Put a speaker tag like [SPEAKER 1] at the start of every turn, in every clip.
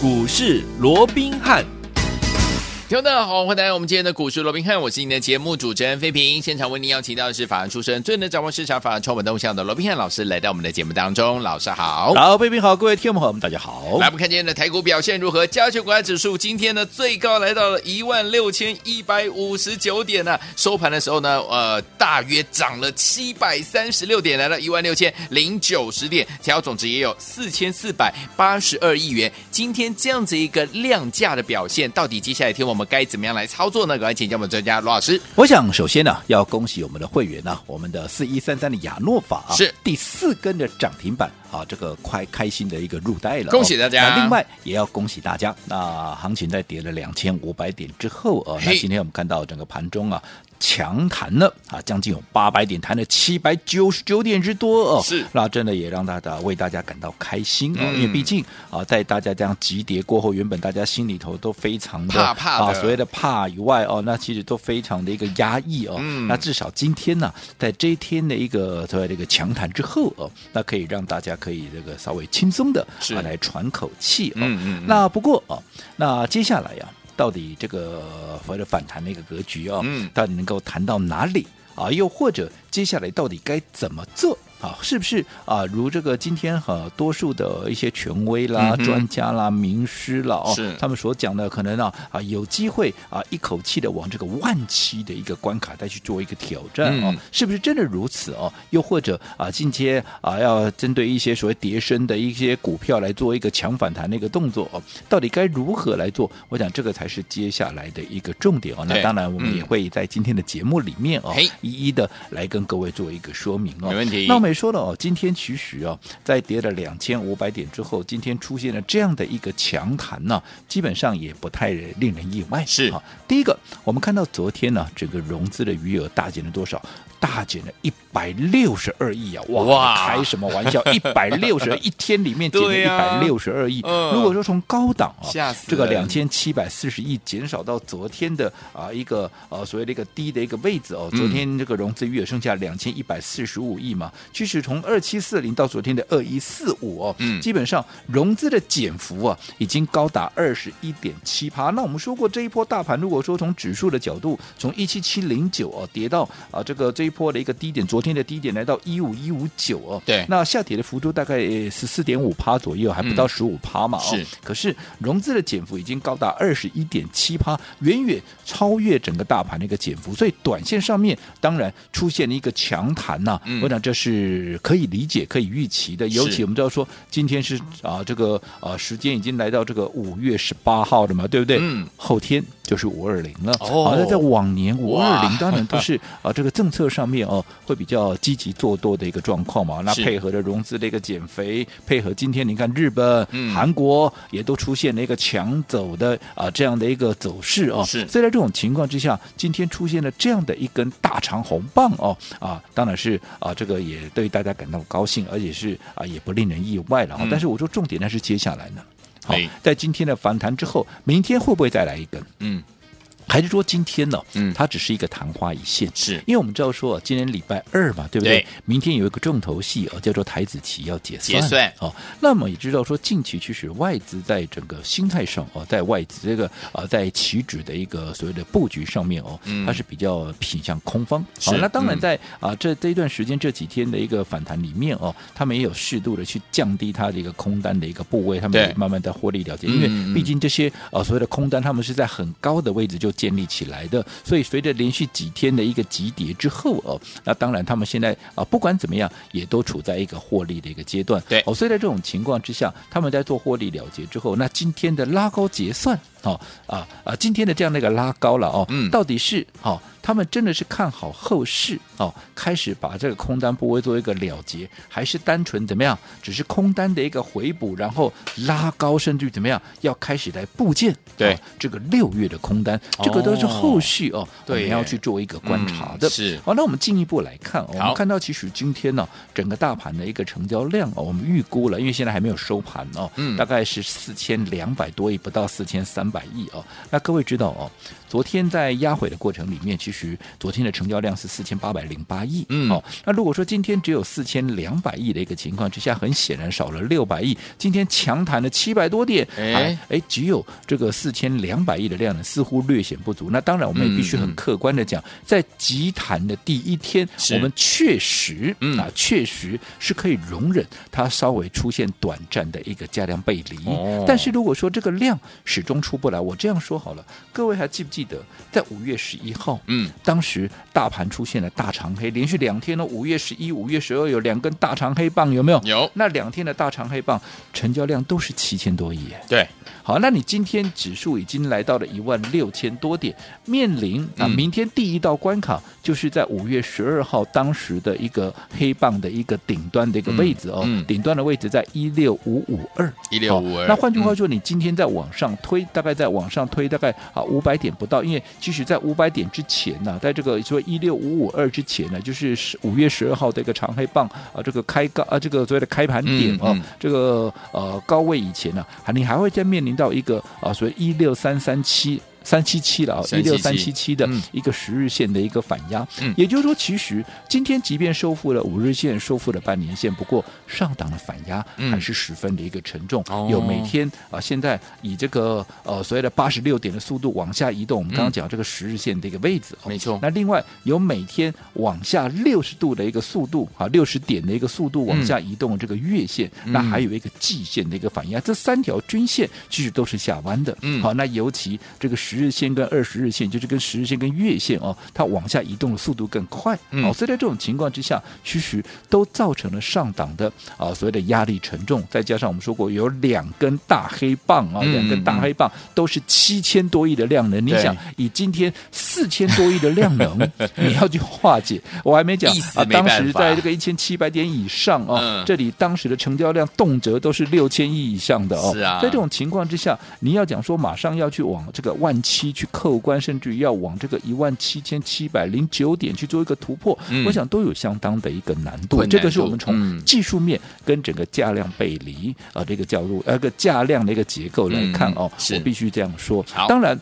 [SPEAKER 1] 股市罗宾汉。
[SPEAKER 2] 听众朋友们好，欢迎来到我们今天的股市罗宾汉，我是您的节目主持人飞平。现场为您邀请到的是法案出身、最能掌握市场法案创本动向的罗宾汉老师，来到我们的节目当中。老师好，
[SPEAKER 1] 好，贵宾好，各位听众朋友们，大家好
[SPEAKER 2] 来，。我们看今天的台股表现如何？加权股价指数今天呢最高来到了一万六千一百五十九点呢、收盘的时候呢，呃，大约涨了七百三十六点，来到一万六千零九十点，成交总值也有四千四百八十二亿元。今天这样子一个量价的表现，到底接下来天我们该怎么样来操作呢？赶快请教我们专家罗老师。
[SPEAKER 1] 我想首先呢、要恭喜我们的会员呢、我们的四一三三的亚诺法、啊、
[SPEAKER 2] 是
[SPEAKER 1] 第四根的涨停板啊，这个快开心的一个入袋了哦、
[SPEAKER 2] 恭喜大家
[SPEAKER 1] 那另外也要恭喜大家，那行情在跌了两千五百点之后啊，那
[SPEAKER 2] 嘿
[SPEAKER 1] 今天我们看到整个盘中啊。强弹了啊，将近有八百点，弹了七百九十九点之多哦。
[SPEAKER 2] 是
[SPEAKER 1] 那真的也让大家为大家感到开心哦，
[SPEAKER 2] 嗯
[SPEAKER 1] 因为毕竟啊，在大家这样急跌过后，原本大家心里头都非常的
[SPEAKER 2] 怕怕的
[SPEAKER 1] 啊，所谓的怕以外哦，那其实都非常的一个压抑哦。
[SPEAKER 2] 嗯
[SPEAKER 1] 那至少今天呢、在这一天的一个所谓的一个强谈之后哦，那可以让大家可以这个稍微轻松的
[SPEAKER 2] 是
[SPEAKER 1] 啊来喘口气哦。
[SPEAKER 2] 嗯嗯嗯
[SPEAKER 1] 那不过哦，那接下来呀、到底这个所谓的反弹的一个格局哦，
[SPEAKER 2] 嗯
[SPEAKER 1] 到底能够谈到哪里啊？又或者接下来到底该怎么做？啊，是不是啊？如这个今天哈、多数的一些权威啦、
[SPEAKER 2] 嗯哼
[SPEAKER 1] 专家啦、名师啦，哦
[SPEAKER 2] 是，
[SPEAKER 1] 他们所讲的可能啊啊有机会啊一口气的往这个万七的一个关卡再去做一个挑战哦，
[SPEAKER 2] 嗯
[SPEAKER 1] 是不是真的如此哦？又或者啊，进阶啊要针对一些所谓叠升的一些股票来做一个强反弹的一个动作哦，到底该如何来做？我想这个才是接下来的一个重点哦。那
[SPEAKER 2] 对
[SPEAKER 1] 当然，我们
[SPEAKER 2] 嗯
[SPEAKER 1] 也会在今天的节目里面哦，
[SPEAKER 2] 嘿
[SPEAKER 1] 一一的来跟各位做一个说明哦。
[SPEAKER 2] 没问题
[SPEAKER 1] 那我们也说了哦，今天其实哦，在跌了两千五百点之后，今天出现了这样的一个强弹呢、基本上也不太令人意外。
[SPEAKER 2] 是
[SPEAKER 1] 好第一个，我们看到昨天呢、整个融资的余额大减了多少？大减了一百六十二亿啊！哇，
[SPEAKER 2] 哇
[SPEAKER 1] 开什么玩笑？一百六十一天里面减了
[SPEAKER 2] 对
[SPEAKER 1] 一
[SPEAKER 2] 呀
[SPEAKER 1] 百六十二亿。
[SPEAKER 2] 嗯
[SPEAKER 1] 如果说从高档啊，
[SPEAKER 2] 吓死
[SPEAKER 1] 这个
[SPEAKER 2] 人
[SPEAKER 1] 两千七百四十亿减少到昨天的啊一个呃所谓的一个低的一个位置哦，
[SPEAKER 2] 嗯
[SPEAKER 1] 昨天这个融资余额剩下两千一百四十五亿嘛，其实从二七四零到昨天的二一四五哦，
[SPEAKER 2] 嗯
[SPEAKER 1] 基本上融资的减幅啊已经高达二十一点七趴。那我们说过这一波大盘，如果说从指数的角度，从一七七零九哦跌到啊这个这一波的一个低点，昨天的低点来到一五一五九哦，
[SPEAKER 2] 对
[SPEAKER 1] 那下跌的幅度大概呃十四点五趴左右，还不
[SPEAKER 2] 嗯
[SPEAKER 1] 到十五趴嘛哦，
[SPEAKER 2] 是
[SPEAKER 1] 可是融资的减幅已经高达二十一点七趴，远远超越整个大盘的一个减幅，所以短线上面当然出现了一个强弹呐、
[SPEAKER 2] 嗯
[SPEAKER 1] 我想这是可以理解、可以预期的。
[SPEAKER 2] 是
[SPEAKER 1] 尤其我们知道说，今天是啊、这个啊、时间已经来到这个五月十八号了嘛，对不对？
[SPEAKER 2] 嗯
[SPEAKER 1] 后天就是五二零了。
[SPEAKER 2] 哦
[SPEAKER 1] 好，那在往年五二
[SPEAKER 2] 哇
[SPEAKER 1] 零当然都是啊这个政策上面哦会比较积极做多的一个状况嘛，那
[SPEAKER 2] 是
[SPEAKER 1] 配合着融资的一个减肥，配合今天你看日本、
[SPEAKER 2] 嗯
[SPEAKER 1] 韩国也都出现了一个抢走的啊、这样的一个走势哦，
[SPEAKER 2] 是
[SPEAKER 1] 所以在这种情况之下，今天出现了这样的一根大长红棒哦，啊，当然是啊，这个也对大家感到高兴，而且是啊，也不令人意外了、哦
[SPEAKER 2] 嗯
[SPEAKER 1] 但是我说重点呢是接下来呢，好
[SPEAKER 2] 哎，
[SPEAKER 1] 在今天的反弹之后，明天会不会再来一根？
[SPEAKER 2] 嗯，
[SPEAKER 1] 还是说今天呢？
[SPEAKER 2] 嗯
[SPEAKER 1] 它只是一个昙花一现。
[SPEAKER 2] 是
[SPEAKER 1] 因为我们知道说，今天礼拜二嘛，对不对？
[SPEAKER 2] 对
[SPEAKER 1] 明天有一个重头戏啊，叫做台子期要结算。
[SPEAKER 2] 结算
[SPEAKER 1] 哦，那么也知道说，近期其实外资在整个心态上哦，在外资这个呃，在期指的一个所谓的布局上面哦，
[SPEAKER 2] 嗯
[SPEAKER 1] 它是比较倾向空方。
[SPEAKER 2] 是
[SPEAKER 1] 好，那当然
[SPEAKER 2] 嗯
[SPEAKER 1] 在啊、这这一段时间这几天的一个反弹里面哦，他们也有适度的去降低它的一个空单的一个部位，他们
[SPEAKER 2] 对
[SPEAKER 1] 也慢慢在获利了结，
[SPEAKER 2] 嗯
[SPEAKER 1] 因为
[SPEAKER 2] 嗯
[SPEAKER 1] 毕竟这些呃所谓的空单，他们是在很高的位置就建立起来的，所以随着连续几天的一个急跌之后哦，那当然他们现在啊、不管怎么样也都处在一个获利的一个阶段，
[SPEAKER 2] 对
[SPEAKER 1] 哦，所以在这种情况之下，他们在做获利了结之后，那今天的拉高结算哦啊啊，今天的这样的一个拉高了哦，
[SPEAKER 2] 嗯
[SPEAKER 1] 到底是哦，他们真的是看好后市哦，开始把这个空单部位做一个了结，还是单纯怎么样，只是空单的一个回补，然后拉高，甚至于怎么样，要开始来部件
[SPEAKER 2] 对哦
[SPEAKER 1] 哦这个六月的空单，这个都是后续哦，我
[SPEAKER 2] 对
[SPEAKER 1] 们
[SPEAKER 2] 耶
[SPEAKER 1] 要去做一个观察的。
[SPEAKER 2] 嗯是
[SPEAKER 1] 好，那我们进一步来看、哦，我
[SPEAKER 2] 好
[SPEAKER 1] 们看到其实今天呢、整个大盘的一个成交量啊哦，我们预估了，因为现在还没有收盘哦，
[SPEAKER 2] 嗯
[SPEAKER 1] 大概是四千两百多亿，不到四千三三百亿哦。那各位知道哦，昨天在压回的过程里面，其实昨天的成交量是四千八百零八亿，
[SPEAKER 2] 嗯
[SPEAKER 1] 哦，那如果说今天只有四千两百亿的一个情况之下，很显然少了六百亿，今天强弹了七百多点，
[SPEAKER 2] 哎
[SPEAKER 1] 哎哎，只有这个四千两百亿的量呢，似乎略显不足。那当然，我们也必须
[SPEAKER 2] 嗯
[SPEAKER 1] 很
[SPEAKER 2] 嗯
[SPEAKER 1] 客观的讲，在急弹的第一天，
[SPEAKER 2] 是
[SPEAKER 1] 我们确实、
[SPEAKER 2] 嗯
[SPEAKER 1] 啊，确实是可以容忍它稍微出现短暂的一个价量背离。
[SPEAKER 2] 哦
[SPEAKER 1] 但是如果说这个量始终出不来，我这样说好了，各位还记不记得，在五月十一号，
[SPEAKER 2] 嗯，
[SPEAKER 1] 当时大盘出现了大长黑，连续两天呢，五月十一、五月十二有两根大长黑棒，有没有？
[SPEAKER 2] 有
[SPEAKER 1] 那两天的大长黑棒成交量都是七千多亿耶，
[SPEAKER 2] 对，
[SPEAKER 1] 好，那你今天指数已经来到了一万六千多点，面临啊，
[SPEAKER 2] 嗯
[SPEAKER 1] 明天第一道关卡就是在五月十二号当时的一个黑棒的一个顶端的一个位置哦，
[SPEAKER 2] 嗯嗯
[SPEAKER 1] 顶端的位置在一六五五二。
[SPEAKER 2] 一六五二。嗯
[SPEAKER 1] 那换句话说，你今天在往上推，大概在往上推大概啊五百点不到，因为即使在五百点之前呢、在这个所谓一六五五二之前呢，就是五月十二号的一个长黑棒啊，这个开高啊，这个所谓的开盘点
[SPEAKER 2] 嗯
[SPEAKER 1] 哦，
[SPEAKER 2] 嗯
[SPEAKER 1] 这个呃高位以前呢、还你还会再面临到一个啊，所谓一六三三七。三七七了啊，一六三七七
[SPEAKER 2] 377
[SPEAKER 1] 的
[SPEAKER 2] 嗯
[SPEAKER 1] 一个十日线的一个反压，
[SPEAKER 2] 嗯
[SPEAKER 1] 也就是说，其实今天即便收复了五日线，收复了半年线，不过上档的反压
[SPEAKER 2] 嗯
[SPEAKER 1] 还是十分的一个沉重，
[SPEAKER 2] 哦
[SPEAKER 1] 有每天。天啊、现在以这个呃所谓的八十六点的速度往下移动，我们刚刚
[SPEAKER 2] 嗯
[SPEAKER 1] 讲这个十日线的一个位置、哦，
[SPEAKER 2] 没错
[SPEAKER 1] 那另外有每天往下六十度的一个速度啊，六十点的一个速度往下移动的这个月线，
[SPEAKER 2] 嗯
[SPEAKER 1] 那还有一个季线的一个反压，这三条均线其实都是下弯的。
[SPEAKER 2] 嗯
[SPEAKER 1] 好，那尤其这个十日线跟二十日线，就是跟十日线跟月线哦，它往下移动的速度更快。哦
[SPEAKER 2] 嗯
[SPEAKER 1] 好，所以在这种情况之下，其实都造成了上档的啊所谓的压力沉重，再加上我们说过有两根大黑棒啊，
[SPEAKER 2] 嗯
[SPEAKER 1] 两根大黑棒都是七千多亿的量能，你
[SPEAKER 2] 对
[SPEAKER 1] 想以今天四千多亿的量 能，你要去化解，我还没讲
[SPEAKER 2] 一时
[SPEAKER 1] 啊，
[SPEAKER 2] 没
[SPEAKER 1] 当
[SPEAKER 2] 办法
[SPEAKER 1] 时在这个一千七百点以上哦，
[SPEAKER 2] 嗯
[SPEAKER 1] 这里当时的成交量动辄都是六千亿以上的哦，
[SPEAKER 2] 是啊
[SPEAKER 1] 在这种情况之下，你要讲说马上要去往这个万七去扣关，甚至于要往这个一万七千七百零九点去做一个突破，
[SPEAKER 2] 嗯
[SPEAKER 1] 我想都有相当的一个难度。
[SPEAKER 2] 困难
[SPEAKER 1] 这个是我们
[SPEAKER 2] 度
[SPEAKER 1] 从
[SPEAKER 2] 嗯
[SPEAKER 1] 技术面跟整个价量背离啊、这个角度，呃，个价量的一个结构来看哦
[SPEAKER 2] 嗯，是
[SPEAKER 1] 我必须这样说
[SPEAKER 2] 好。
[SPEAKER 1] 当然，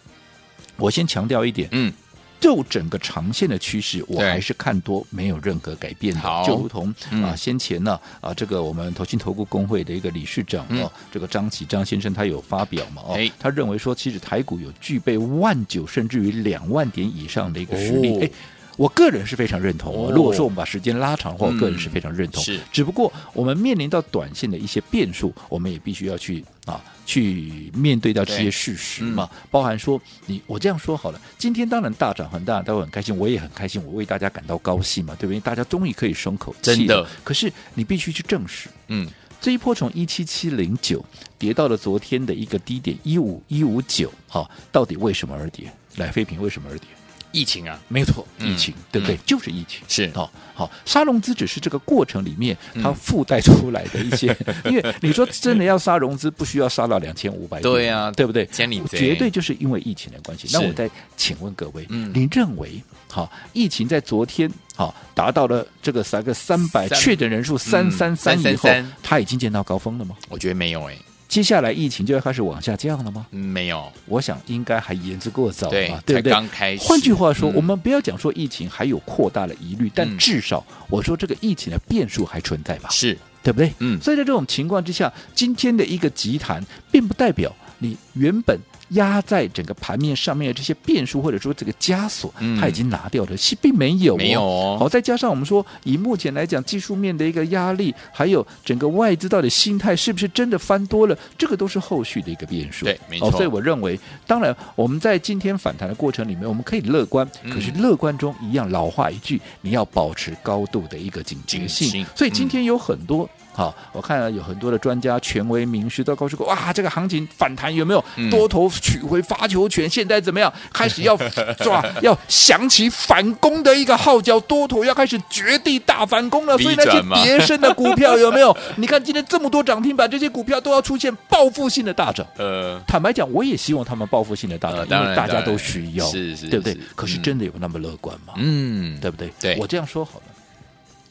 [SPEAKER 1] 我先强调一点，
[SPEAKER 2] 嗯，
[SPEAKER 1] 就整个长线的趋势，我
[SPEAKER 2] 对
[SPEAKER 1] 还是看多，没有任何改变的
[SPEAKER 2] 好。
[SPEAKER 1] 就如同
[SPEAKER 2] 嗯
[SPEAKER 1] 啊，先前呢啊，这个我们投信投顾工会的一个理事长
[SPEAKER 2] 嗯
[SPEAKER 1] 哦，这个张启张先生他有发表嘛哦
[SPEAKER 2] 哎，
[SPEAKER 1] 他认为说，其实台股有具备万九甚至于两万点以上的一个实力
[SPEAKER 2] 哦。
[SPEAKER 1] 哎我个人是非常认同哦
[SPEAKER 2] 哦。
[SPEAKER 1] 如果说我们把时间拉长的话，我
[SPEAKER 2] 嗯
[SPEAKER 1] 个人是非常认同。
[SPEAKER 2] 是
[SPEAKER 1] 只不过我们面临到短线的一些变数，我们也必须要去啊，去面对到这些
[SPEAKER 2] 对
[SPEAKER 1] 事实嘛。包含说你，我这样说好了，今天当然大涨很大，大家会很开心，我也很开心，我为大家感到高兴嘛，对不对？大家终于可以松口气
[SPEAKER 2] 真
[SPEAKER 1] 了
[SPEAKER 2] 的。
[SPEAKER 1] 可是你必须去证实，
[SPEAKER 2] 嗯，
[SPEAKER 1] 这一波从一七七零九跌到了昨天的一个低点一五一五九，好，到底为什么而跌？来，飞平为什么而跌？
[SPEAKER 2] 疫情啊，
[SPEAKER 1] 没有错，
[SPEAKER 2] 嗯
[SPEAKER 1] 疫情，对不对？就是疫情。
[SPEAKER 2] 是
[SPEAKER 1] 哦，好，杀融资只是这个过程里面
[SPEAKER 2] 嗯
[SPEAKER 1] 它附带出来的一 些，因为你说真的要杀融资，不需要杀到两千五百，
[SPEAKER 2] 对啊
[SPEAKER 1] 对不对？
[SPEAKER 2] 千里贼
[SPEAKER 1] 绝对就是因为疫情的关系。
[SPEAKER 2] 是
[SPEAKER 1] 那我再请问各位，
[SPEAKER 2] 嗯
[SPEAKER 1] 你认为好、疫情在昨天好、达到了这个三个三百
[SPEAKER 2] 三嗯
[SPEAKER 1] 确诊人数三三三以后
[SPEAKER 2] 333，
[SPEAKER 1] 它已经见到高峰了吗？
[SPEAKER 2] 我觉得没有哎，
[SPEAKER 1] 接下来疫情就要开始往下降了吗？
[SPEAKER 2] 嗯没有，
[SPEAKER 1] 我想应该还言之过早
[SPEAKER 2] 对
[SPEAKER 1] 嘛，哦对不对
[SPEAKER 2] 才？刚开始。
[SPEAKER 1] 换句话说，
[SPEAKER 2] 嗯
[SPEAKER 1] 我们不要讲说疫情还有扩大的疑虑，但
[SPEAKER 2] 嗯
[SPEAKER 1] 至少我说这个疫情的变数还存在吧，
[SPEAKER 2] 是，
[SPEAKER 1] 对不对？
[SPEAKER 2] 嗯，
[SPEAKER 1] 所以在这种情况之下，今天的一个急弹，并不代表你原本压在整个盘面上面的这些变数，或者说这个枷锁，
[SPEAKER 2] 嗯
[SPEAKER 1] 它已经拿掉了，是并没有、哦，
[SPEAKER 2] 没有哦
[SPEAKER 1] 好，再加上我们说，以目前来讲，技术面的一个压力，还有整个外资到底心态是不是真的翻多了，这个都是后续的一个变数。
[SPEAKER 2] 对没错
[SPEAKER 1] 哦所以我认为，当然我们在今天反弹的过程里面，我们可以乐观，
[SPEAKER 2] 嗯
[SPEAKER 1] 可是乐观中一样老话一句，你要保持高度的一个警觉
[SPEAKER 2] 警
[SPEAKER 1] 性。
[SPEAKER 2] 性
[SPEAKER 1] 所以今天有很多。好，我看了有很多的专家、权威、名师都告诉过，哇，这个行情反弹有没有
[SPEAKER 2] 嗯
[SPEAKER 1] 多头取回发球权？现在怎 么样？开始要是吧？要响起反攻的一个号角，多头要开始绝地大反攻了。所以那些
[SPEAKER 2] 逼转嘛
[SPEAKER 1] 跌升的股票有没 有？你看今天这么多涨停板，这些股票都要出现报复性的大涨。
[SPEAKER 2] 呃，
[SPEAKER 1] 坦白讲，我也希望他们报复性的大涨，
[SPEAKER 2] 呃当
[SPEAKER 1] 因
[SPEAKER 2] 然
[SPEAKER 1] 为大家
[SPEAKER 2] 当然
[SPEAKER 1] 都需要，
[SPEAKER 2] 是是
[SPEAKER 1] 对不对
[SPEAKER 2] 是？
[SPEAKER 1] 可是
[SPEAKER 2] 嗯
[SPEAKER 1] 真的有那么乐观吗？
[SPEAKER 2] 嗯，
[SPEAKER 1] 对不对？
[SPEAKER 2] 对
[SPEAKER 1] 我这样说好了，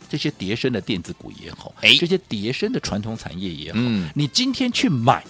[SPEAKER 1] 这些叠升的电子股也好，
[SPEAKER 2] 哎
[SPEAKER 1] 嗯这些叠升的传统产业也好，
[SPEAKER 2] 嗯
[SPEAKER 1] 你今天去买，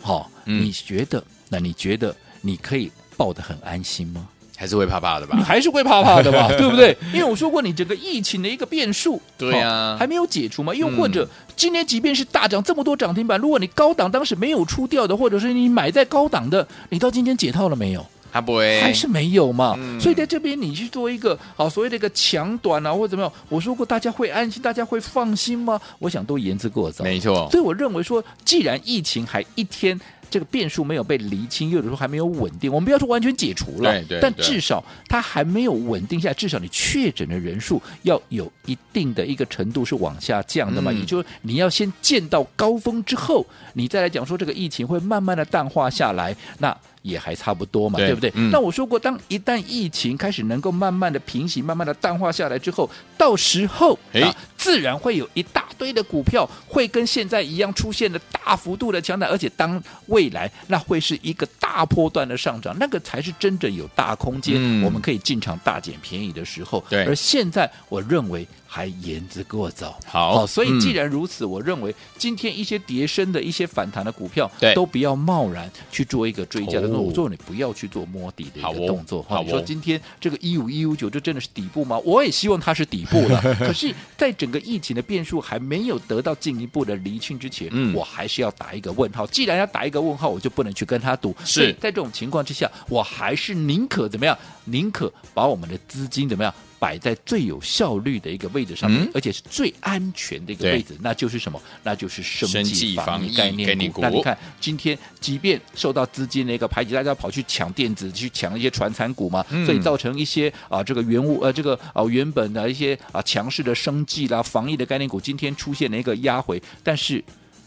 [SPEAKER 1] 好、
[SPEAKER 2] 嗯
[SPEAKER 1] 你觉得？那你觉得你可以抱得很安心吗？
[SPEAKER 2] 还是会怕怕的吧
[SPEAKER 1] 你？还是会怕怕的 吧，对不对？因为我说过，你整个疫情的一个变数，
[SPEAKER 2] 对啊
[SPEAKER 1] 好还没有解除嘛。又或者、今年即便是大涨这么多涨停板，如果你高档当时没有出掉的，或者是你买在高档的，你到今天解套了没有？
[SPEAKER 2] 他不会，
[SPEAKER 1] 还是没有嘛。
[SPEAKER 2] 嗯
[SPEAKER 1] 所以在这边你去做一个好所谓的一个强短啊，或者怎么样，我说过大家会安心，大家会放心吗？我想都言之过早。
[SPEAKER 2] 没错，
[SPEAKER 1] 所以我认为说，既然疫情还一天。这个变数没有被厘清，又或者说还没有稳定，我们不要说完全解除了，
[SPEAKER 2] 对对
[SPEAKER 1] 但
[SPEAKER 2] 对
[SPEAKER 1] 至少它还没有稳定下来，至少你确诊的人数要有一定的一个程度是往下降的嘛，
[SPEAKER 2] 嗯
[SPEAKER 1] 也就是你要先见到高峰之后，你再来讲说这个疫情会慢慢的淡化下来，那也还差不多嘛，
[SPEAKER 2] 对
[SPEAKER 1] 对不对？
[SPEAKER 2] 嗯
[SPEAKER 1] 那我说过，当一旦疫情开始能够慢慢的平息、慢慢的淡化下来之后，到时候
[SPEAKER 2] 诶
[SPEAKER 1] 啊，自然会有一大堆的股票会跟现在一样出现了大幅度的强涨，而且当未来那会是一个大波段的上涨，那个才是真正有大空间，
[SPEAKER 2] 嗯
[SPEAKER 1] 我们可以进场大捡便宜的时候。
[SPEAKER 2] 对
[SPEAKER 1] 而现在我认为还言之过早。哦
[SPEAKER 2] 好
[SPEAKER 1] 所以既
[SPEAKER 2] 嗯
[SPEAKER 1] 然如此，我认为今天一些跌升的一些反弹的股票，
[SPEAKER 2] 对
[SPEAKER 1] 都不要贸然去做一个追加的动作，
[SPEAKER 2] 哦
[SPEAKER 1] 我做你不要去做摸底的一
[SPEAKER 2] 好哦
[SPEAKER 1] 个动作。
[SPEAKER 2] 好哦
[SPEAKER 1] 你说今天这个一五一五九，这真的是底部吗？我也希望它是底部 了。可是，在整个疫情的变数还没有得到进一步的厘清之前，
[SPEAKER 2] 嗯
[SPEAKER 1] 我还是要打一个问号。既然要打一个问号，我就不能去跟他赌。
[SPEAKER 2] 是
[SPEAKER 1] 所以在这种情况之下，我还是宁可怎么样？宁可把我们的资金怎么样？摆在最有效率的一个位置上面，
[SPEAKER 2] 嗯
[SPEAKER 1] 而且是最安全的一个
[SPEAKER 2] 对
[SPEAKER 1] 位置，那就是什么？那就是
[SPEAKER 2] 生
[SPEAKER 1] 生
[SPEAKER 2] 计
[SPEAKER 1] 计
[SPEAKER 2] 防
[SPEAKER 1] 防疫
[SPEAKER 2] 疫
[SPEAKER 1] 概
[SPEAKER 2] 概
[SPEAKER 1] 念
[SPEAKER 2] 念
[SPEAKER 1] 股。
[SPEAKER 2] 股
[SPEAKER 1] 那你看，今天即便受到资金的一个排挤，大家跑去抢电子，去抢一些传产股嘛，
[SPEAKER 2] 嗯
[SPEAKER 1] 所以造成一些啊、这个原物呃这个啊、原本的一些啊、强势的生计啦、防疫的概念股，今天出现了一个压回，但是。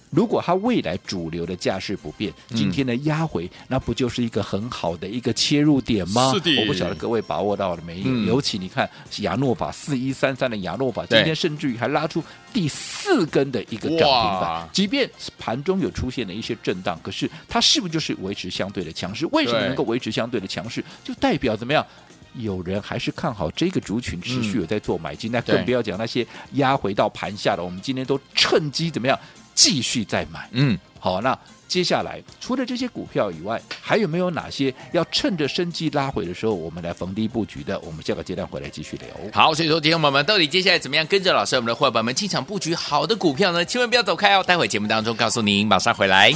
[SPEAKER 1] 如果它未来主流的架势不变，
[SPEAKER 2] 嗯
[SPEAKER 1] 今天的压回、那不就是一个很好的一个切入点吗？
[SPEAKER 2] 是的
[SPEAKER 1] 我不晓得各位把握到了没有？
[SPEAKER 2] 嗯
[SPEAKER 1] 尤其你看亚诺法四一三三的亚诺法，
[SPEAKER 2] 对
[SPEAKER 1] 今天甚至于还拉出第四根的一个涨停板
[SPEAKER 2] 哇，
[SPEAKER 1] 即便盘中有出现了一些震荡，可是它是不是就是维持相对的强势？为什么
[SPEAKER 2] 对
[SPEAKER 1] 能够维持相对的强势？就代表怎么样？有人还是看好这个族群持续有在做买进，那
[SPEAKER 2] 对
[SPEAKER 1] 更不要讲那些压回到盘下的，我们今天都趁机怎么样继续再买。
[SPEAKER 2] 嗯，
[SPEAKER 1] 好，那接下来除了这些股票以外，还有没有哪些要趁着生机拉回的时候，我们来逢低布局的？我们下个阶段回来继续聊。
[SPEAKER 2] 好，所以说，听众朋友们，到底接下来怎么样跟着老师，我们的伙伴们进场布局好的股票呢？千万不要走开哦，待会节目当中告诉您，马上回来。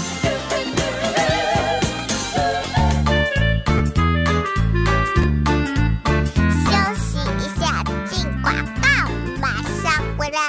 [SPEAKER 3] 休息一下，进广告，马上回来。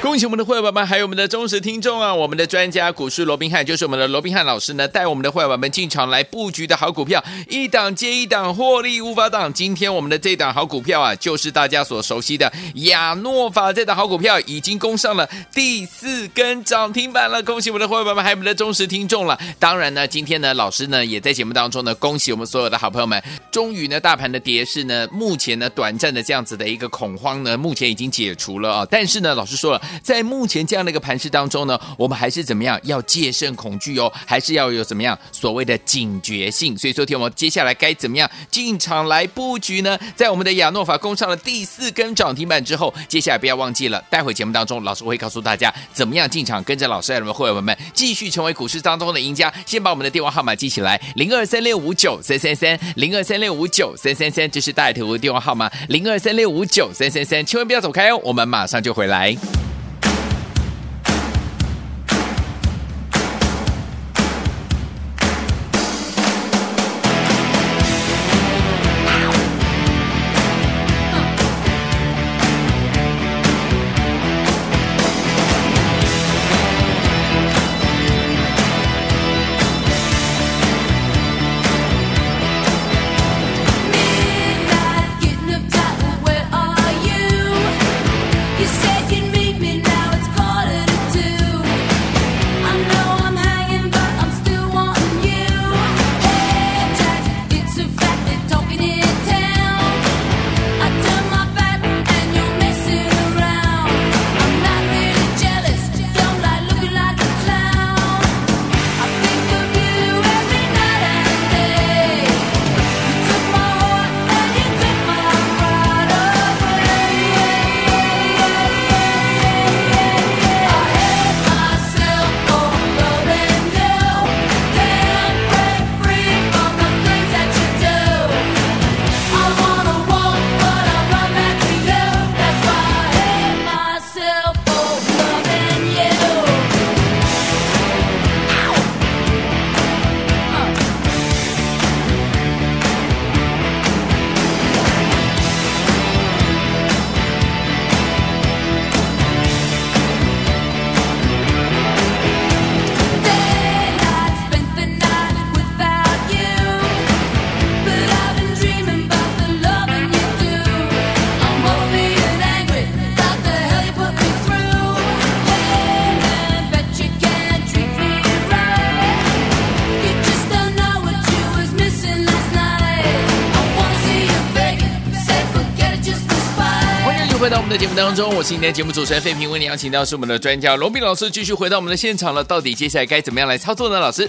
[SPEAKER 2] 恭喜我们的会员们，还有我们的忠实听众啊！我们的专家股市罗宾汉，就是我们的罗宾汉老师呢，带我们的会员们进场来布局的好股票，一档接一档，获利无法挡。今天我们的这档好股票啊，就是大家所熟悉的亚诺法这档好股票，已经攻上了第四根涨停板了。恭喜我们的会员们，还有我们的忠实听众了。当然呢，今天呢，老师呢也在节目当中呢，恭喜我们所有的好朋友们，终于呢，大盘的跌势呢，目前呢短暂的这样子的一个恐慌呢，目前已经解除了啊。但是呢，老师说了，在目前这样的一个盘势当中呢，我们还是怎么样要戒慎恐惧哦，还是要有怎么样所谓的警觉性。所以说，天我们接下来该怎么样进场来布局呢？在我们的亚诺法攻上了第四根涨停板之后，接下来不要忘记了，待会节目当中老师会告诉大家怎么样进场，跟着老师还有我们会员们继续成为股市当中的赢家。先把我们的电话号码记起来，零二三六五九三三三，零二三六五九三三三，这是大头的电话号码，零二三六五九三三三，千万不要走开哦，我们马上就回来。
[SPEAKER 4] Midnight, getting up tight, where are you? You said you'd meet me
[SPEAKER 5] oh,
[SPEAKER 2] 们的节目当中，我是今天的节目主持人费平，为您邀请到是我们的专家龙斌老师，继续回到我们的现场了。到底接下来该怎么样来操作呢？老师，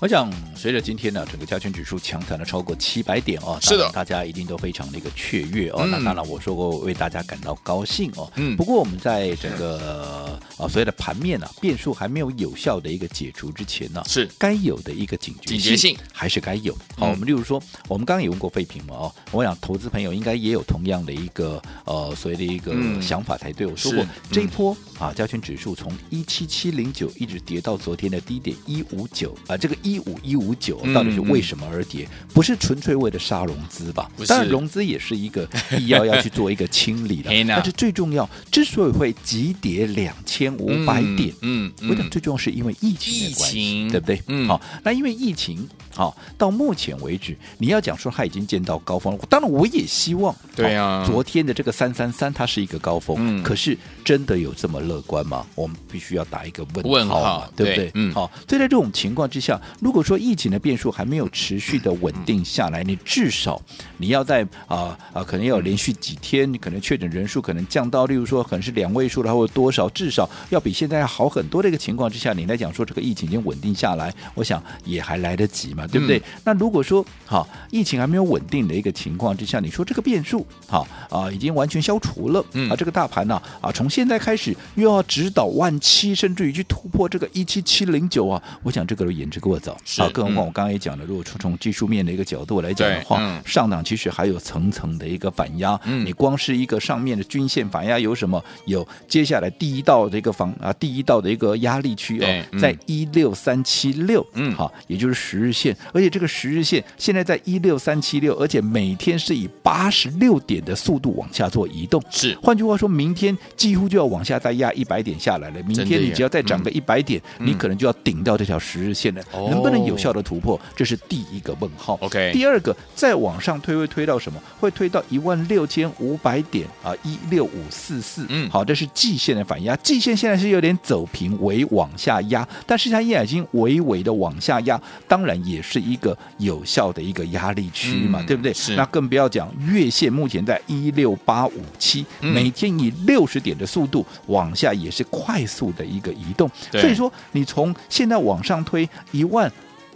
[SPEAKER 1] 我想，随着今天呢，整个加权指数强弹了超过七百点哦，
[SPEAKER 2] 是的
[SPEAKER 1] 当然大家一定都非常的一个雀跃哦。
[SPEAKER 2] 嗯
[SPEAKER 1] 那当然，我说过为大家感到高兴哦。
[SPEAKER 2] 嗯
[SPEAKER 1] 不过我们在整个呃所谓的盘面啊变数还没有有效的一个解除之前呢、
[SPEAKER 2] 是
[SPEAKER 1] 该有的一个警觉
[SPEAKER 2] 警觉性
[SPEAKER 1] 还是该有。好，
[SPEAKER 2] 嗯
[SPEAKER 1] 我们例如说，我们刚刚也问过废品嘛哦，我想投资朋友应该也有同样的一个呃所谓的一个
[SPEAKER 2] 嗯
[SPEAKER 1] 想法才对。我说
[SPEAKER 2] 是
[SPEAKER 1] 过
[SPEAKER 2] 嗯
[SPEAKER 1] 这一波啊，加权指数从一七七零九一直跌到昨天的低点一五九啊，这个一五一五九
[SPEAKER 2] 嗯
[SPEAKER 1] 到底是为什么而跌？不是纯粹为了杀融资吧
[SPEAKER 2] 不？是
[SPEAKER 1] 当然，融资也是一 个必要要去做一个清理的
[SPEAKER 2] 嘿。呐
[SPEAKER 1] 但是最重要，之所以会急跌两千五百点，
[SPEAKER 2] 嗯嗯
[SPEAKER 1] 我想最重要是因为疫情的关
[SPEAKER 2] 疫
[SPEAKER 1] 系，
[SPEAKER 2] 情
[SPEAKER 1] 对不对？
[SPEAKER 2] 嗯
[SPEAKER 1] 好，那因为疫情，好，到目前为止，你要讲说它已经见到高峰了，当然我也希望，
[SPEAKER 2] 对
[SPEAKER 1] 好
[SPEAKER 2] 啊
[SPEAKER 1] 昨天的这个三三三它是一个高峰，
[SPEAKER 2] 嗯
[SPEAKER 1] 可是真的有这么乐观吗？我们必须要打一个问
[SPEAKER 2] 问
[SPEAKER 1] 号嘛，
[SPEAKER 2] 号
[SPEAKER 1] 对不
[SPEAKER 2] 对
[SPEAKER 1] 对？
[SPEAKER 2] 嗯
[SPEAKER 1] 好，所以在这种情况之下，如果说疫情的变数还没有持续的稳定下来，你至少你要在啊啊，可能要有连续几天，你可能确诊人数可能降到，例如说可能是两位数了，或者多少，至少要比现在要好很多的一个情况之下，你来讲说这个疫情已经稳定下来，我想也还来得及嘛，对不对？
[SPEAKER 2] 嗯
[SPEAKER 1] 那如果说好疫情还没有稳定的一个情况之下，你说这个变数好啊已经完全消除了，
[SPEAKER 2] 嗯
[SPEAKER 1] 啊这个大盘呢啊从现在开始又要指导万七，甚至于去突破这个一七七零九啊，我想这个都言之过早
[SPEAKER 2] 是
[SPEAKER 1] 啊，更何况
[SPEAKER 2] 嗯
[SPEAKER 1] 我刚刚也讲了，如果说从技术面的一个角度来讲的
[SPEAKER 2] 对
[SPEAKER 1] 话，
[SPEAKER 2] 嗯
[SPEAKER 1] 上档其实还有层层的一个反压，
[SPEAKER 2] 嗯
[SPEAKER 1] 你光是一个上面的均线反压有什么？有接下来第一道的一个防啊，第一道的一个压力区
[SPEAKER 2] 对
[SPEAKER 1] 哦，
[SPEAKER 2] 嗯
[SPEAKER 1] 在一六三七六，
[SPEAKER 2] 嗯
[SPEAKER 1] 好，也就是十日线，而且这个十日线现在在一六三七六，而且每天是以八十六点的速度往下做移动，
[SPEAKER 2] 是
[SPEAKER 1] 换句话说，明天几乎就要往下再压一百点下来了。明
[SPEAKER 2] 真
[SPEAKER 1] 天
[SPEAKER 2] 的
[SPEAKER 1] 你
[SPEAKER 2] 耶
[SPEAKER 1] 只要再涨个一百点，
[SPEAKER 2] 嗯
[SPEAKER 1] 你可能就要顶到这条十日线了。
[SPEAKER 2] 哦
[SPEAKER 1] 能不能有效的突破，这是第一个问号。
[SPEAKER 2] OK
[SPEAKER 1] 第二个，再往上推会推到什么？会推到一万六千五百点啊，一六五四四。
[SPEAKER 2] 嗯
[SPEAKER 1] 好，这是季线的反压。季线现在是有点走平，微往下压，但是它依然已经微微的往下压，当然也是一个有效的一个压力区嘛，
[SPEAKER 2] 嗯
[SPEAKER 1] 对不对？
[SPEAKER 2] 是
[SPEAKER 1] 那更不要讲月线目前在一六八五七，
[SPEAKER 2] 嗯
[SPEAKER 1] 每天以六十点的速度往下，也是快速的一个移动。
[SPEAKER 2] 对
[SPEAKER 1] 所以说，你从现在往上推一万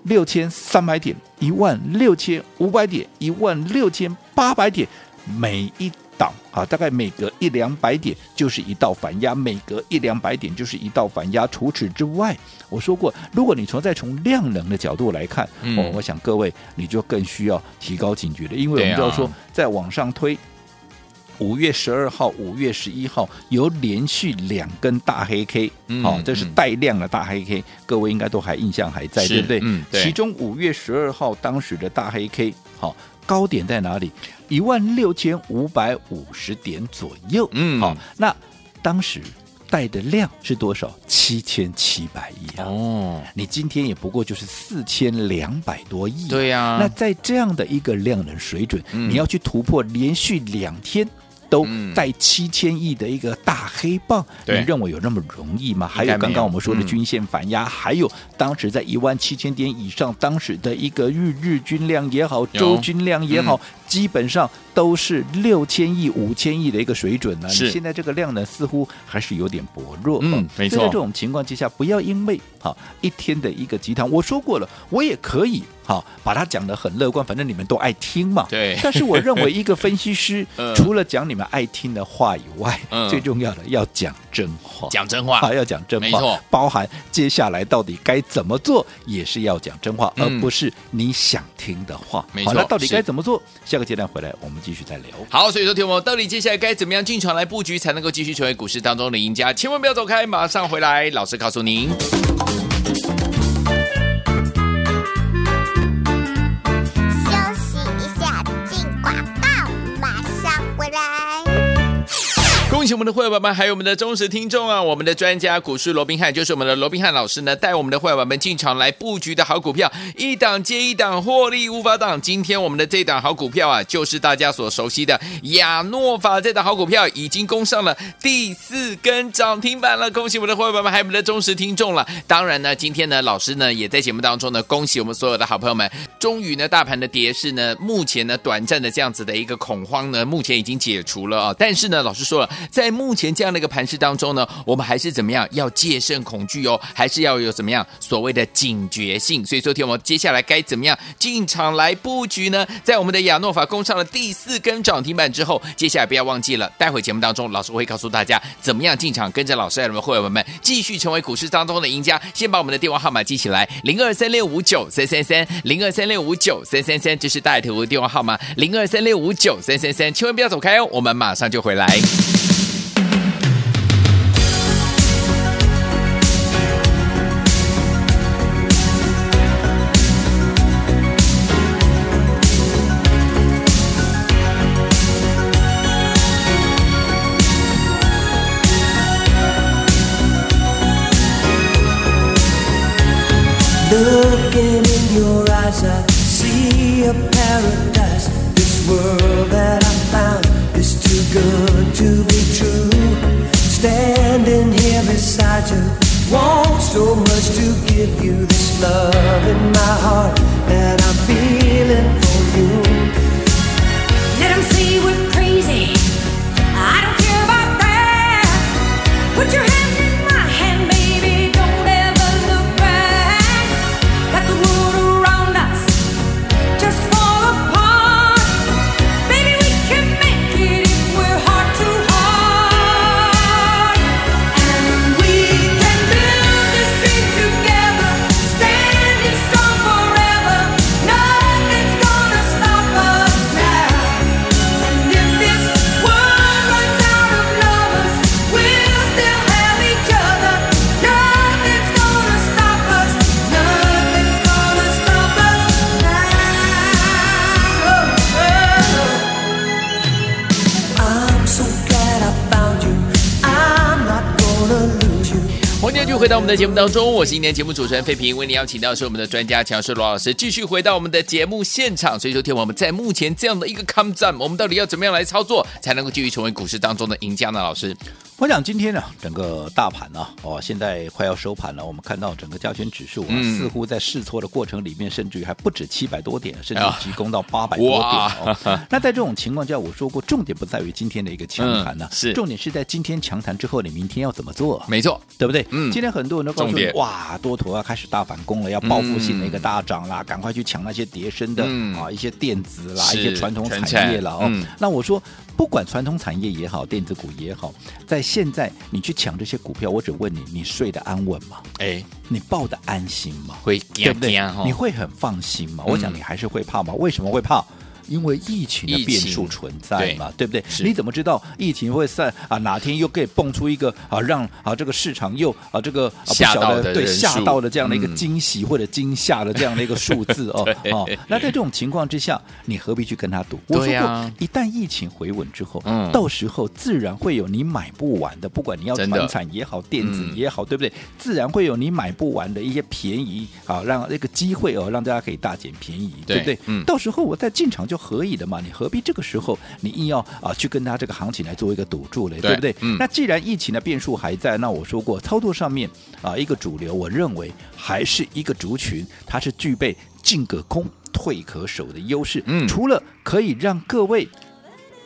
[SPEAKER 1] 六千三百点、一万六千五百点、一万六千八百点，每一档啊，大概每隔一两百点就是一道反压，每隔一两百点就是一道反压。除此之外，我说过，如果你从再从量能的角度来看，
[SPEAKER 2] 嗯
[SPEAKER 1] 哦，我想各位你就更需要提高警觉了，因为我
[SPEAKER 2] 对
[SPEAKER 1] 们
[SPEAKER 2] 啊
[SPEAKER 1] 知道说，在往上推。五月十二号、五月十一号有连续两根大黑 K，
[SPEAKER 2] 嗯
[SPEAKER 1] 好、这是
[SPEAKER 2] 嗯
[SPEAKER 1] 带量的大黑 K，、各位应该都还印象还在，
[SPEAKER 2] 是
[SPEAKER 1] 对不对？
[SPEAKER 2] 嗯对
[SPEAKER 1] 其中五月十二号当时的大黑 K，好、高点在哪里？一万六千五百五十点左右。
[SPEAKER 2] 嗯
[SPEAKER 1] 好、那当时带的量是多少？七千七百亿啊！
[SPEAKER 2] 哦，
[SPEAKER 1] 你今天也不过就是四千两百多亿、啊
[SPEAKER 2] 对呀、
[SPEAKER 1] 那在这样的一个量能水准，
[SPEAKER 2] 啊嗯
[SPEAKER 1] 你要去突破连续两天。都
[SPEAKER 2] 嗯
[SPEAKER 1] 在七千亿的一个大黑棒，
[SPEAKER 2] 对
[SPEAKER 1] 你认为有那么容易吗？还
[SPEAKER 2] 应该
[SPEAKER 1] 有
[SPEAKER 2] 没有
[SPEAKER 1] 刚刚我们说的
[SPEAKER 2] 嗯
[SPEAKER 1] 均线反压，还有当时在一万七千点以上，当时的一个日日均量也好，
[SPEAKER 2] 有嗯
[SPEAKER 1] 周均量也好，基本上都是六千亿、五千亿的一个水准呢、
[SPEAKER 2] 是
[SPEAKER 1] 你现在这个量呢，似乎还是有点薄弱。
[SPEAKER 2] 嗯
[SPEAKER 1] 哦
[SPEAKER 2] 没错
[SPEAKER 1] 所以在这种情况之下，不要因为好一天的一个鸡汤，我说过了，我也可以好把它讲得很乐观，反正你们都爱听嘛。
[SPEAKER 2] 对
[SPEAKER 1] 但是我认为，一个分析 师
[SPEAKER 2] 嗯
[SPEAKER 1] 除了讲你们爱听的话以外，
[SPEAKER 2] 嗯
[SPEAKER 1] 最重要的要讲真话。
[SPEAKER 2] 讲真话，
[SPEAKER 1] 啊，要讲真
[SPEAKER 2] 没错
[SPEAKER 1] 话，包含接下来到底该怎么做，也是要讲真话，
[SPEAKER 2] 嗯
[SPEAKER 1] 而不是你想听的话。
[SPEAKER 2] 没
[SPEAKER 1] 好，
[SPEAKER 2] 错
[SPEAKER 1] 那到底
[SPEAKER 2] 是
[SPEAKER 1] 该怎么做？下个阶段回来我们继续再聊。
[SPEAKER 2] 好，所以说，听我们到底接下来该怎么样进场来布局，才能够继续成为股市当中的赢家？千万不要走开，马上回来，老师告诉您。
[SPEAKER 3] 休息一下，进广告，马上回来。
[SPEAKER 2] 恭喜我们的会员宝宝们，还有我们的忠实听众啊！我们的专家股市罗宾汉，就是我们的罗宾汉老师呢，带我们的会员宝宝们进场来布局的好股票，一档接一档，获利无法挡。今天我们的这档好股票啊，就是大家所熟悉的亚诺法这档好股票，已经攻上了第四根涨停板了。恭喜我们的会员宝宝们，还有我们的忠实听众了。当然呢，今天呢，老师呢也在节目当中呢，恭喜我们所有的好朋友们，终于呢，大盘的跌势呢，目前呢短暂的这样子的一个恐慌呢，目前已经解除了啊。但是呢，老师说了，在目前这样的一个盘势当中呢，我们还是怎么样要戒慎恐惧哦，还是要有怎么样所谓的警觉性。所以，昨天我们接下来该怎么样进场来布局呢？在我们的亚诺法攻上了第四根涨停板之后，接下来不要忘记了，待会节目当中老师会告诉大家怎么样进场，跟着老师还有我们会员们继续成为股市当中的赢家。先把我们的电话号码记起来，零二三六五九三三三，零二三六五九三三三，这是大头的电话号码，零二三六五九三三三，千万不要走开哦，我们马上就回来。
[SPEAKER 4] Looking in your eyes, I see a paradise. This world that I found is too good to be true. Standing here beside you, want so much to give you this love in my heart that I'm feeling for you.
[SPEAKER 5] Let 'em see we're crazy. I don't care about that. Put your hand in my hand, baby. Don't ever look back. Got the world around us just fall apart. Baby, we can make it if we're heart to heart. And we can build this dream together, standing strong forever. Nothing's gonna stop us now. And if this world runs out of lovers, we'll still have each other. Nothing's gonna stop us. Nothing's gonna stop us now.
[SPEAKER 4] I'm so glad I found you. I'm not gonna lose you.
[SPEAKER 2] 欢迎继续回到我们的节目当中，我是今天节目主持人费平，为您邀请到的是我们的专家强势罗老师，继续回到我们的节目现场。所以说，听我们在目前这样的一个 come down，我们到底要怎么样来操作，才能够继续成为股市当中的赢家呢？老师，
[SPEAKER 1] 我想今天呢、整个大盘呢、哦，现在快要收盘了。我们看到整个加权指数啊，
[SPEAKER 2] 嗯
[SPEAKER 1] 似乎在试错的过程里面，甚至于还不止七百多点，甚至
[SPEAKER 2] 啊
[SPEAKER 1] 急攻到八百多点、
[SPEAKER 2] 哇
[SPEAKER 1] 哦。那在这种情况下，我说过，重点不在于今天的一个强谈呢、
[SPEAKER 2] 嗯是
[SPEAKER 1] 重点是在今天强谈之后，你明天要怎么做、
[SPEAKER 2] 没错，
[SPEAKER 1] 对不对？
[SPEAKER 2] 嗯
[SPEAKER 1] 今天很多人都告诉
[SPEAKER 2] 重
[SPEAKER 1] 你
[SPEAKER 2] 点，
[SPEAKER 1] 哇，多头要啊开始大反攻了，要报复性的一个大涨啦，赶快去抢那些跌升的、
[SPEAKER 2] 嗯
[SPEAKER 1] 啊，一些电子啦，
[SPEAKER 2] 是
[SPEAKER 1] 一些传统
[SPEAKER 2] 传
[SPEAKER 1] 产业
[SPEAKER 2] 产
[SPEAKER 1] 啦。哦。
[SPEAKER 2] 嗯
[SPEAKER 1] 那我说，不管传统产业也好，电子股也好，在现在你去抢这些股票，我只问你，你睡得安稳吗？
[SPEAKER 2] 哎，
[SPEAKER 1] 你抱得安心吗？
[SPEAKER 2] 会
[SPEAKER 1] 对不对
[SPEAKER 2] 怕怕哦？
[SPEAKER 1] 你会很放心吗？
[SPEAKER 2] 嗯
[SPEAKER 1] 我想你还是会怕吗？为什么会怕？因为疫情的变数存在嘛，对不对？
[SPEAKER 2] 是
[SPEAKER 1] 你怎么知道疫情会散啊？哪天又可以蹦出一个啊，让啊这个市场又啊这个啊不
[SPEAKER 2] 吓
[SPEAKER 1] 晓
[SPEAKER 2] 到
[SPEAKER 1] 得
[SPEAKER 2] 的
[SPEAKER 1] 对
[SPEAKER 2] 人
[SPEAKER 1] 吓
[SPEAKER 2] 数
[SPEAKER 1] 到的这样的一个
[SPEAKER 2] 嗯
[SPEAKER 1] 惊喜或者惊吓的这样的一个数 字哦
[SPEAKER 2] 对
[SPEAKER 1] 哦。那在这种情况之下，你何必去跟他赌？我说
[SPEAKER 2] 对
[SPEAKER 1] 过
[SPEAKER 2] 呀，
[SPEAKER 1] 一旦疫情回稳之后
[SPEAKER 2] 嗯，
[SPEAKER 1] 到时候自然会有你买不完的，不管你要
[SPEAKER 2] 真的
[SPEAKER 1] 传产也好，电子
[SPEAKER 2] 嗯
[SPEAKER 1] 也好，对不对？自然会有你买不完的一些便宜啊，让那个机会哦，让大家可以大捡便宜，对
[SPEAKER 2] 对
[SPEAKER 1] 不对？
[SPEAKER 2] 嗯
[SPEAKER 1] 到时候我再进场就可以了嘛，你何必这个时候你硬要啊去跟他这个行情来做一个赌注嘞，
[SPEAKER 2] 对
[SPEAKER 1] 不对？
[SPEAKER 2] 嗯
[SPEAKER 1] 那既然疫情的变数还在，那我说过操作上面啊，一个主流，我认为还是一个族群，它是具备进可攻、退可守的优势。
[SPEAKER 2] 嗯
[SPEAKER 1] 除了可以让各位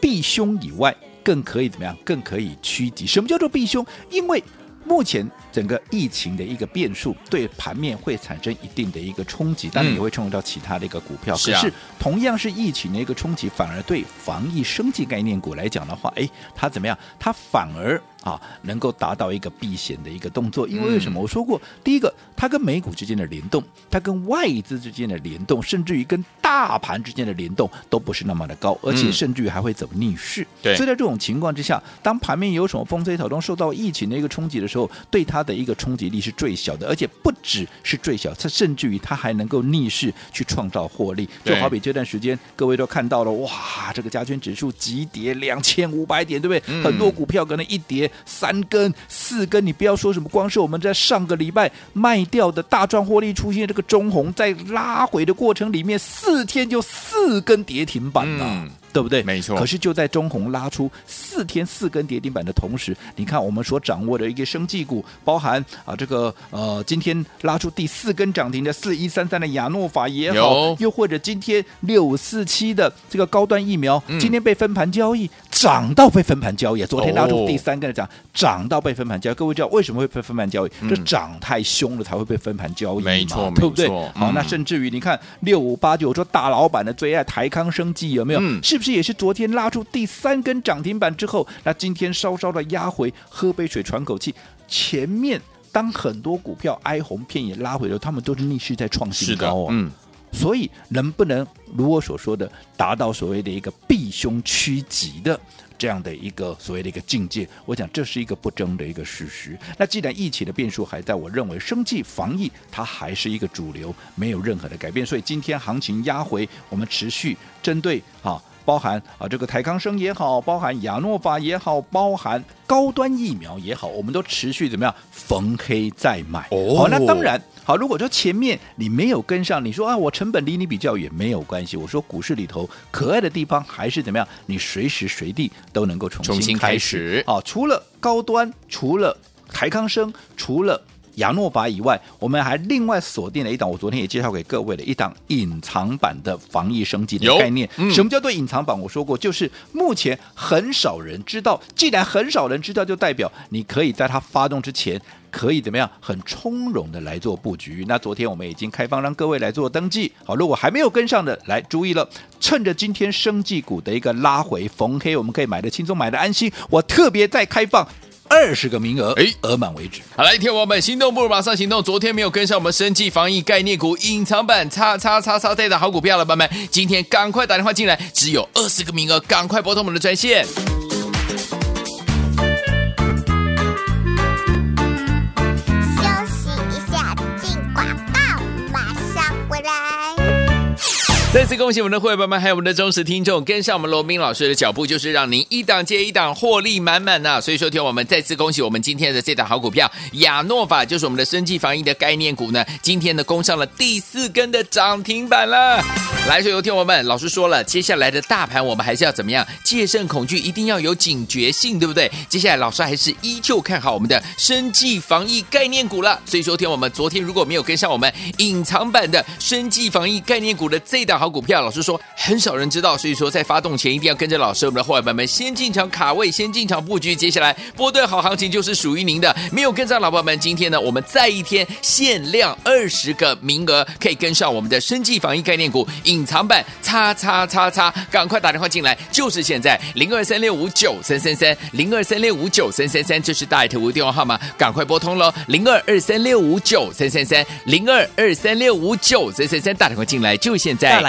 [SPEAKER 1] 避凶以外，更可以怎么样？更可以趋吉。什么叫做避凶？因为目前整个疫情的一个变数，对盘面会产生一定的一个冲击，当然
[SPEAKER 2] 嗯
[SPEAKER 1] 也会冲击到其他的一个股票。
[SPEAKER 2] 是啊
[SPEAKER 1] 可是同样是疫情的一个冲击，反而对防疫生计概念股来讲的话，哎，它怎么样？它反而啊能够达到一个避险的一个动作。因为为什么？我说过，第一个，它跟美股之间的联动，它跟外资之间的联动，甚至于跟大盘之间的联动都不是那么的高，而且
[SPEAKER 2] 嗯
[SPEAKER 1] 甚至于还会走逆势。
[SPEAKER 2] 对
[SPEAKER 1] 所以在这种情况之下，当盘面有什么风吹草动，受到疫情的一个冲击的时候，对它的一个冲击力是最小的，而且不只是最小，它甚至于它还能够逆势去创造获利。就
[SPEAKER 2] 对
[SPEAKER 1] 好比这段时间各位都看到了，哇，这个加权指数急跌两千五百点，对不对？
[SPEAKER 2] 嗯
[SPEAKER 1] 很多股票可能一跌三根、四根，你不要说什么，光是我们在上个礼拜卖掉的大赚获利出现这个中红，在拉回的过程里面，四天就四根跌停板了。
[SPEAKER 2] 嗯，
[SPEAKER 1] 对不对？
[SPEAKER 2] 没错
[SPEAKER 1] 可是就在中红拉出四天四根跌停板的同时，你看我们所掌握的一个生技股，包含啊这个呃今天拉出第四根涨停的四一三三的亚诺法也好
[SPEAKER 2] 有，
[SPEAKER 1] 又或者今天六五四七的这个高端疫苗，
[SPEAKER 2] 嗯
[SPEAKER 1] 今天被分盘交易涨到被分盘交易，昨天拉
[SPEAKER 2] 哦
[SPEAKER 1] 出第三根的涨，涨到被分盘交易。各位知道为什么会被分盘交易？
[SPEAKER 2] 嗯
[SPEAKER 1] 这涨太凶了才会被分盘交易嘛，
[SPEAKER 2] 没错
[SPEAKER 1] 对不对
[SPEAKER 2] 没错？
[SPEAKER 1] 好，那
[SPEAKER 2] 嗯
[SPEAKER 1] 甚。甚至于你看六五八九说大老板的最爱台康生技有没有？
[SPEAKER 2] 嗯
[SPEAKER 1] 是不是也是昨天拉出第三根涨停板之后，那今天稍稍的压回，喝杯水喘口气，前面。当很多股票哀鸿遍野拉回的时候，他们都是逆势在创
[SPEAKER 2] 是
[SPEAKER 1] 新
[SPEAKER 2] 的
[SPEAKER 1] 高哦，，
[SPEAKER 2] 嗯，
[SPEAKER 1] 所以能不能如我所说的达到所谓的一个避凶趋吉的这样的一个所谓的一个境界？我想这是一个不争的一个事实。那既然疫情的变数还在，我认为生计防疫它还是一个主流，没有任何的改变。所以今天行情压回，我们持续针对啊。包含啊，这个台康生也好，包含亚诺法也好，包含高端疫苗也好，我们都持续怎么样逢黑再买。
[SPEAKER 2] 哦
[SPEAKER 1] 好，那当然好，如果说前面你没有跟上，你说啊，我成本离你比较远，没有关系。我说股市里头可爱的地方还是怎么样，你随时随地都能够重
[SPEAKER 2] 重新
[SPEAKER 1] 新
[SPEAKER 2] 开
[SPEAKER 1] 开
[SPEAKER 2] 始
[SPEAKER 1] 始。好、除了高端，除了台康生，除了。亚诺法以外，我们还另外锁定了一档，我昨天也介绍给各位的一档隐藏版的防疫升级的
[SPEAKER 2] 有
[SPEAKER 1] 概念。
[SPEAKER 2] 嗯
[SPEAKER 1] 什么叫做隐藏版？我说过，就是目前很少人知道。既然很少人知道，就代表你可以在它发动之前，可以怎么样，很从容的来做布局。那昨天我们已经开放让各位来做登记。好，如果还没有跟上的，来注意了，趁着今天生技股的一个拉回逢黑，我们可以买的轻松，买的安心。我特别再开放二十个名额，
[SPEAKER 2] 哎
[SPEAKER 1] 额满为止。
[SPEAKER 2] 好来，天王们，心动不如马上行动。昨天没有跟上我们生计防疫概念股隐藏版叉叉叉叉 day 的好股票，老板们，今天赶快打电话进来，只有二十个名额，赶快拨通我们的专线。
[SPEAKER 3] 休息一下，进广告，马上回来。
[SPEAKER 2] 再次恭喜我们的会员们，还有我们的忠实听众，跟上我们罗明老师的脚步，就是让您一档接一档获利满满呐、所以说，听我们再次恭喜我们今天的这档好股票亚诺法，就是我们的生计防疫的概念股呢，今天呢攻上了第四根的涨停板了。来，所有听我们，老师说了，接下来的大盘我们还是要怎么样？戒慎恐惧，一定要有警觉性，对不对？接下来老师还是依旧看好我们的生计防疫概念股了。所以说，听我们昨天如果没有跟上我们隐藏版的生计防疫概念股的这档好股票，老师说很少人知道，所以说在发动前一定要跟着老师，我们的伙伴们先进场卡位，先进场布局。接下来波段好行情就是属于您的，没有跟上老板们，今天呢我们再一天限量二十个名额，可以跟上我们的生计防疫概念股隐藏版叉叉叉叉，赶快打电话进来，就是现在零二三六五九三三三零二三六五九三三三，这是大爱投资电话号码，赶快拨通喽，零二二三六五九三三三零二二三六五九三三三，打电话进来就现在
[SPEAKER 6] 大。